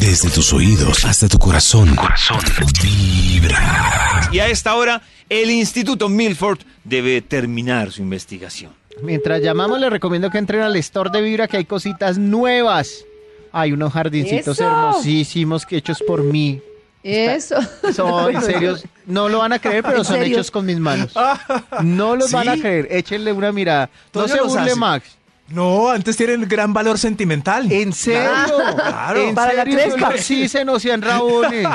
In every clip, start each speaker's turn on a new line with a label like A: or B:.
A: Desde tus oídos hasta tu corazón. Corazón. Vibra.
B: Y a esta hora, el Instituto Milford debe terminar su investigación.
C: Mientras llamamos, les recomiendo que entren al store de Vibra que hay cositas nuevas. Hay unos jardincitos
D: Eso.
C: hermosísimos que hechos por mí.
D: Eso.
C: Son serios. No lo van a creer, pero
D: ¿En
C: son
D: serio?
C: hechos con mis manos. No los van a
E: ¿Sí?
C: creer. Échenle una mirada. No
E: Toño
C: se
E: los
C: burle,
E: hace.
C: Max.
E: No, antes tienen gran valor sentimental.
C: ¿En serio?
E: claro.
C: ¿En
D: Para la
C: serio?
D: crespa.
C: Solo existen, o sean rabones.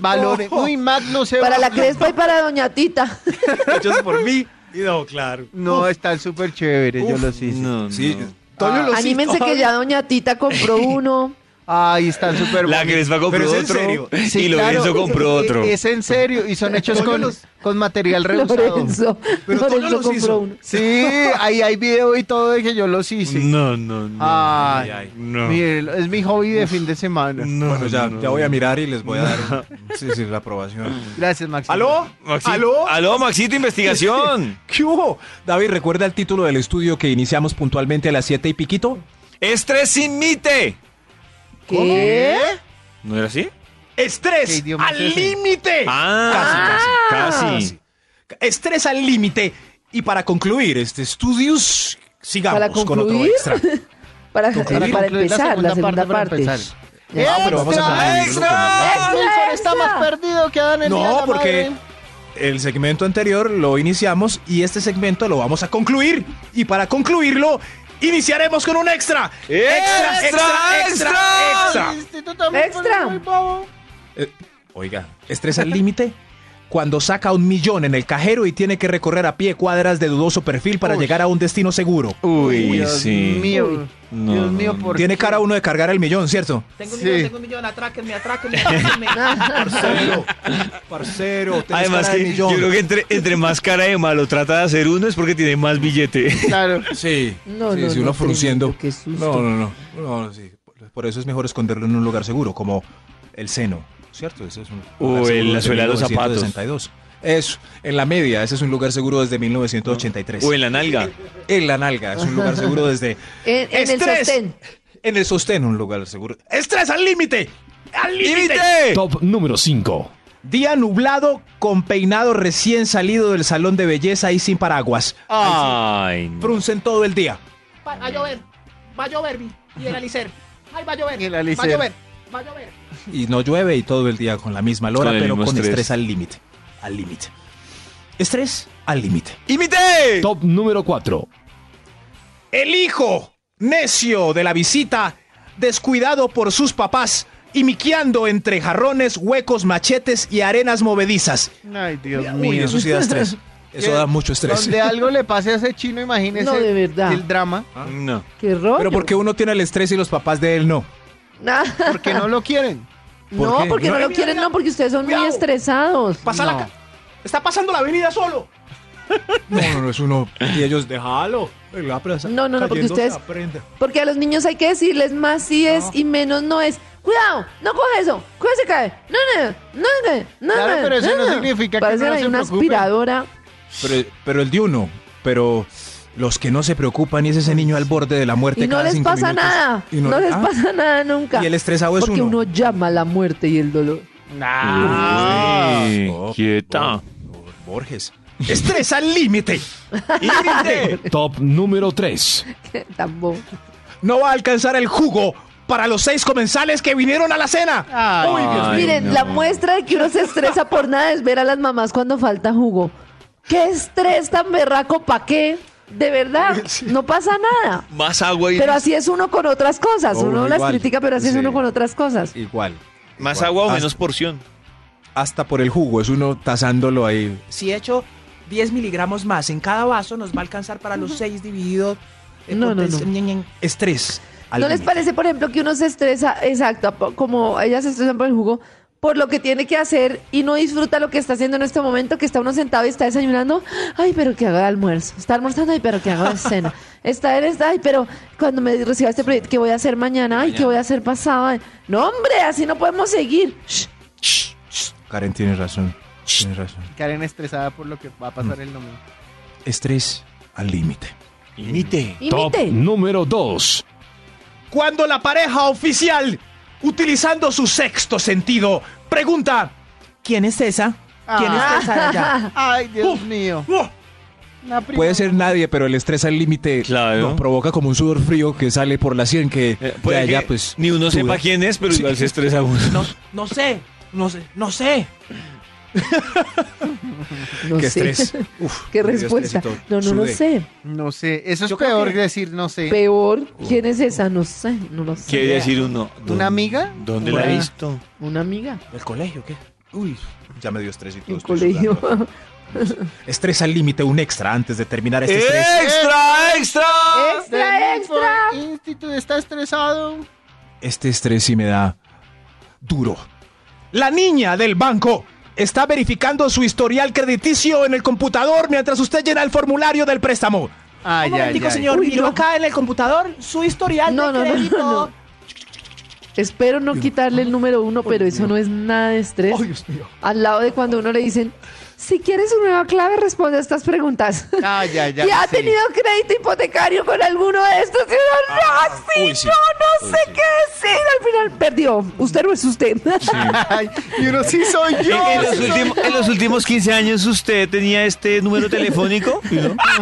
C: Valores. Uy, Max, no se
D: Para la
C: burle.
D: Crespa y para Doña Tita.
E: Hechos por mí. Y no, claro.
C: No, están súper chéveres, yo
E: Uf,
C: los hice.
B: No,
E: Sí.
B: no.
E: Toño
C: Ah,
E: los
D: Anímense que ya Doña Tita compró uno.
C: Ay, están súper
B: La Crespa compró
E: Pero es en
B: otro
E: serio.
C: Sí,
B: y
C: claro.
B: Lorenzo compró
C: Es-
B: otro.
C: Es, en serio, y son hechos
E: Toño
C: con,
E: los-
C: con material reusado.
D: Lorenzo.
E: Pero Toño
D: Lorenzo
E: los
D: compró
E: hizo.
D: uno.
C: Sí, ahí hay video y todo de que yo los hice.
B: No, no, no.
C: Ay,
B: no.
C: mírelo, es mi hobby de fin de semana.
B: No,
E: Bueno, ya,
B: no.
E: ya voy a mirar y les voy a dar sí, sí, la aprobación.
C: Gracias, Max.
E: ¿Aló?
B: Maxi-
E: ¿Aló?
B: Aló, Maxito, investigación.
E: ¿Qué hubo? David, ¿recuerda el título del estudio que iniciamos puntualmente a las 7 y piquito?
B: Estrés sin mite.
D: ¿Qué?
B: ¿No era así?
C: ¿Qué
E: ¡Estrés
C: idioma es
E: al
C: ese?
E: límite!
B: Ah, casi, casi. casi.
E: ¡Estrés al límite! Y para concluir este estudio, sigamos
D: ¿Para
E: con otro
D: concluir?
E: extra.
D: Para, para,
C: Concluir, concluir la
D: empezar, la
C: segunda
D: segunda
C: parte para
D: parte.
C: empezar.
D: Ya.
E: pero vamos a
C: ¡Extra,
E: concluirlo con
C: extra!
D: algo.
C: Wilson está más perdido que Adán en Día de
E: No,
C: la
E: porque
C: Madre.
E: el segmento anterior lo iniciamos y este segmento lo vamos a concluir. Y para concluirlo, iniciaremos con un extra.
B: ¡Extra, extra!
C: El instituto me
D: Extra.
C: pone muy bobo.
E: Oiga, estrés al límite. Cuando saca un millón en el cajero y tiene que recorrer a pie cuadras de dudoso perfil para
C: Uy.
E: llegar a un destino seguro.
B: Uy,
C: Dios
B: sí.
C: mío.
D: Uy.
B: No,
C: Dios
B: no,
C: mío,
B: no.
C: ¿por
E: Tiene
C: qué?
E: cara uno de cargar el millón, ¿cierto?
F: Tengo un
C: Sí.
F: millón, tengo un millón, atráquenme, atráquenme, atráquenme.
D: Ah,
E: Parcero, parcero,
B: Además que yo creo que entre, entre más cara de malo trata de hacer uno es porque tiene más billete.
C: Claro.
E: Sí,
D: No,
E: sí,
D: no,
E: sí,
D: no,
E: uno frunciendo.
D: tremendo, qué susto.
E: No, no, no, no, sí. Por eso es mejor esconderlo en un lugar seguro, como el seno, ¿cierto? Ese es un
B: O
E: lugar
B: en
E: seguro
B: la
E: desde
B: suela de los zapatos.
E: 1962. Eso, en la media, ese es un lugar seguro desde 1983.
B: O en la nalga.
E: En la nalga, es un lugar seguro desde...
D: En, en el
E: ¡Estrés!
D: sostén.
E: En el sostén, un lugar seguro. ¡Estrés al límite! ¡Al límite!
A: Top número 5.
E: Día nublado con peinado recién salido del salón de belleza y sin paraguas.
B: Ay, no.
E: Fruncen todo el día.
F: Va a llover, va a llover, vi, y el alicer. Ay, va a llover,
C: Y el
F: va a
C: alicer.
F: llover, va a llover.
E: y no llueve y todo el día con la misma lora,
B: Con el
E: pero
B: mismo
E: con
B: estrés.
E: estrés, al límite. Al límite. Estrés al límite.
B: ¡Imite!
A: Top número 4.
E: El hijo necio de la visita, descuidado por sus papás y miqueando entre jarrones, huecos, machetes y arenas movedizas.
C: Ay, Dios mío.
E: Uy, eso sí da estrés. Eso da mucho estrés.
C: Donde algo le pase a ese chino, imagínese
D: No, de verdad.
C: el drama.
B: No.
D: Qué rollo.
E: Pero porque uno tiene el estrés y los papás de él no.
D: Ah,
C: Porque no lo quieren.
E: ¿por
D: no,
E: qué?
D: porque no,
E: No,
D: lo quieren, no, porque ustedes son muy
F: Cuidado.
D: estresados.
F: Pasa la
C: No.
F: ca- Está pasando la avenida solo.
E: No, no, no, es uno. Y ellos, déjalo. él aprende-
D: No, no, no, porque
E: cayéndose
D: ustedes-
E: aprende.
D: Porque a los niños hay que decirles más si es y menos no es. Cuidado, no coge eso, coge se cae. No, no, no, no, no.
C: Claro, pero eso no
D: no.
C: significa que
D: Parece
C: uno no se
D: una
C: preocupe.
D: aspiradora.
E: Pero, pero el de uno, pero los que no se preocupan y es ese niño al borde de la muerte
D: Y no
E: cada
D: les
E: cinco
D: pasa
E: minutos.
D: nada.
E: Y
D: no, les
E: ah,
D: pasa nada nunca.
E: Y el estresado es
D: porque
E: uno.
D: uno llama a la muerte y el dolor.
B: Uy,
E: Oh,
B: quieta.
E: oh, oh, Borges. Estrés al límite.
B: ¡Imite!
A: Top número 3.
D: Tampoco.
E: No va a alcanzar el jugo para los seis comensales que vinieron a la cena.
C: Ay,
B: Ay,
D: Miren,
B: no.
D: la muestra de que uno se estresa por nada es ver a las mamás cuando falta jugo. ¿Qué estrés tan berraco pa' qué? De verdad, no pasa nada.
B: Más agua y
D: Pero así es uno con otras cosas.
E: Oh,
D: Uno las
E: igual.
D: critica, pero así es
E: Sí.
D: uno con otras cosas.
E: Igual.
B: más
E: Igual.
B: agua o
E: Hasta-
B: menos porción.
E: Hasta por el jugo, es uno tasándolo ahí.
F: Si he hecho 10 miligramos más en cada vaso, nos va a alcanzar para los 6 divididos. Eh, pues,
D: No, no, no.
E: Estrés. al
D: ¿No les
E: límite.
D: parece, por ejemplo, que uno se estresa, exacto, po- como ellas se estresan por el jugo, por lo que tiene que hacer y no disfruta lo que está haciendo en este momento, que está uno sentado y está desayunando, ay, pero que haga el almuerzo, está almorzando, ay, pero que haga la cena, está en esta, ay, pero cuando me reciba este proyecto, ¿qué voy a hacer mañana? Ay, ¿qué voy a hacer pasado? Ay, No, hombre, así no podemos seguir. Shh,
E: Karen tiene razón. Tiene razón.
C: Karen estresada por lo que va a pasar el domingo.
E: Estrés al límite.
B: ¡Imite!
A: Top
D: imite.
A: número 2.
E: cuando la pareja oficial utilizando su sexto sentido, pregunta, ¿quién es esa? ¿Quién
C: Ah.
E: es esa de
D: Mm.
E: allá?
C: Ay, Dios
E: Uh,
C: mío.
E: uh.
C: La prima-
G: Puede ser nadie, pero el estrés al límite
B: Claro.
G: nos provoca como un sudor frío que sale por la sien que
B: Eh,
G: de
B: puede
G: allá,
B: que
G: pues.
B: ni uno
G: duda.
B: sepa quién es, pero igual se estresa uno.
F: No, no sé, no sé, no sé.
D: No
G: Qué
D: sé.
G: estrés. Uf,
D: Qué
G: me dio
D: respuesta.
G: estrés y todo.
D: No, no lo
G: Sudé.
D: sé.
C: No sé. Eso es
F: Yo creo
C: peor
F: que-
C: que decir no sé.
D: Peor, ¿quién es esa? No sé, no lo sé.
B: Quiere decir uno. ¿dónde-
C: ¿Una amiga?
B: ¿Dónde
C: Una-
B: la he visto?
D: Una amiga
E: ¿El colegio qué? Uy, ya me dio estrés y todo.
D: en
E: estoy
D: colegio.
E: sudando. Estrés al límite, un extra antes de terminar este estrés.
B: ¡Extra, extra!
D: ¡Extra, extra!
C: Instituto está estresado.
E: Este estrés sí me da duro. La niña del banco está verificando su historial crediticio en el computador mientras usted llena el formulario del préstamo.
C: Ay,
F: Un momentico, señor,
D: Uy,
F: miro
D: no.
F: acá en el computador su historial
D: No,
F: de
D: no, no,
F: crédito.
D: no, no. Espero no quitarle el número uno, pero eso no es nada de estrés.
F: Ay, Dios mío.
D: Al lado de cuando uno le dicen, si quieres una nueva clave, responde a estas preguntas.
C: Ay, ay, ay.
D: ¿Y ha
C: sí.
D: tenido crédito hipotecario con alguno de estos? Y uno, no, sí,
G: uy, sí.
D: no, no sé qué decir. Al final perdió. Usted no es usted.
C: Ay, y uno sí soy yo.
B: En, en los
C: sí soy
B: últimos, en los últimos 15 años, ¿usted tenía este número telefónico?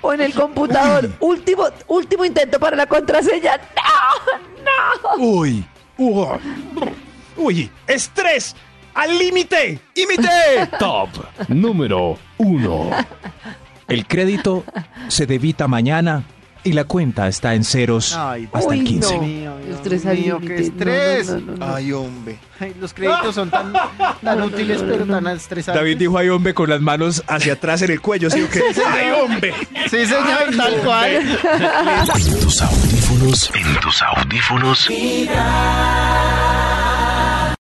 D: o en el computador. Último, último intento para la contraseña. ¡No! ¡No!
E: Uy, uy, uy, estrés al límite.
B: ¡Imite! Top.
A: Número 1.
E: El crédito se debita mañana y la cuenta está en ceros
C: Ay,
E: hasta el
D: uy,
E: 15.
D: no.
C: Mío, Dios
D: Estrés al
C: mío,
D: límite.
C: qué
D: No, no,
C: estrés.
D: no, no, no.
G: hombre.
C: Ay, los créditos son tan, tan útiles, pero tan estresantes.
G: David dijo ay hombre con las manos hacia atrás en el cuello, ¿sí o qué?
E: ¡Ay, hombre!
C: Sí, señor, tal cual.
A: En tus audífonos. En tus audífonos.